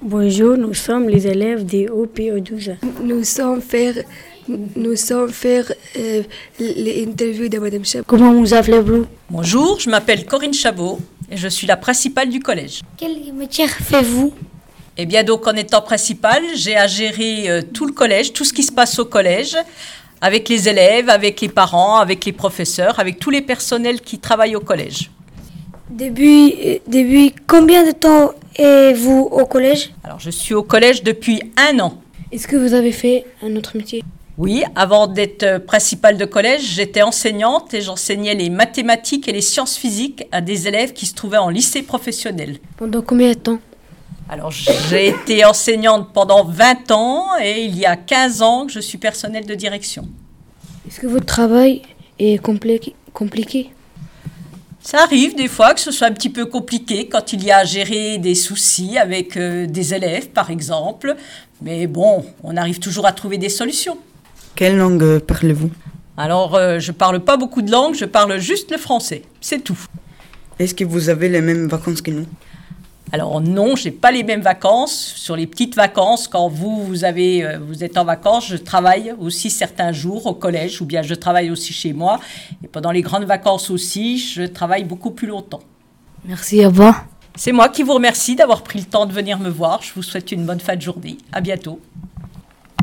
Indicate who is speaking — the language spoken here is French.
Speaker 1: Bonjour, nous sommes les élèves des OPO12.
Speaker 2: Nous sommes faire, nous sommes faire euh, l'interview de Madame Chab.
Speaker 1: Comment vous appelez-vous
Speaker 3: Bonjour, je m'appelle Corinne Chabot et je suis la principale du collège.
Speaker 4: Quelle matière faites-vous
Speaker 3: Eh bien donc en étant principale, j'ai à gérer euh, tout le collège, tout ce qui se passe au collège, avec les élèves, avec les parents, avec les professeurs, avec tous les personnels qui travaillent au collège.
Speaker 4: Depuis, euh, depuis combien de temps êtes-vous au collège
Speaker 3: Alors je suis au collège depuis un an.
Speaker 1: Est-ce que vous avez fait un autre métier
Speaker 3: Oui, avant d'être euh, principale de collège, j'étais enseignante et j'enseignais les mathématiques et les sciences physiques à des élèves qui se trouvaient en lycée professionnel.
Speaker 1: Pendant combien de temps
Speaker 3: Alors j'ai été enseignante pendant 20 ans et il y a 15 ans que je suis personnelle de direction.
Speaker 1: Est-ce que votre travail est compli- compliqué
Speaker 3: Ça arrive des fois que ce soit un petit peu compliqué quand il y a à gérer des soucis avec euh, des élèves par exemple, mais bon, on arrive toujours à trouver des solutions.
Speaker 5: Quelle langue euh, parlez-vous
Speaker 3: Alors euh, je parle pas beaucoup de langues, je parle juste le français, c'est tout.
Speaker 5: Est-ce que vous avez les mêmes vacances que nous
Speaker 3: Alors non, j'ai pas les mêmes vacances. Sur les petites vacances, quand vous vous avez, euh, vous êtes en vacances, je travaille aussi certains jours au collège ou bien je travaille aussi chez moi. Et pendant les grandes vacances aussi, je travaille beaucoup plus longtemps.
Speaker 1: Merci, à vous.
Speaker 3: C'est moi qui vous remercie d'avoir pris le temps de venir me voir. Je vous souhaite une bonne fin de journée. À bientôt.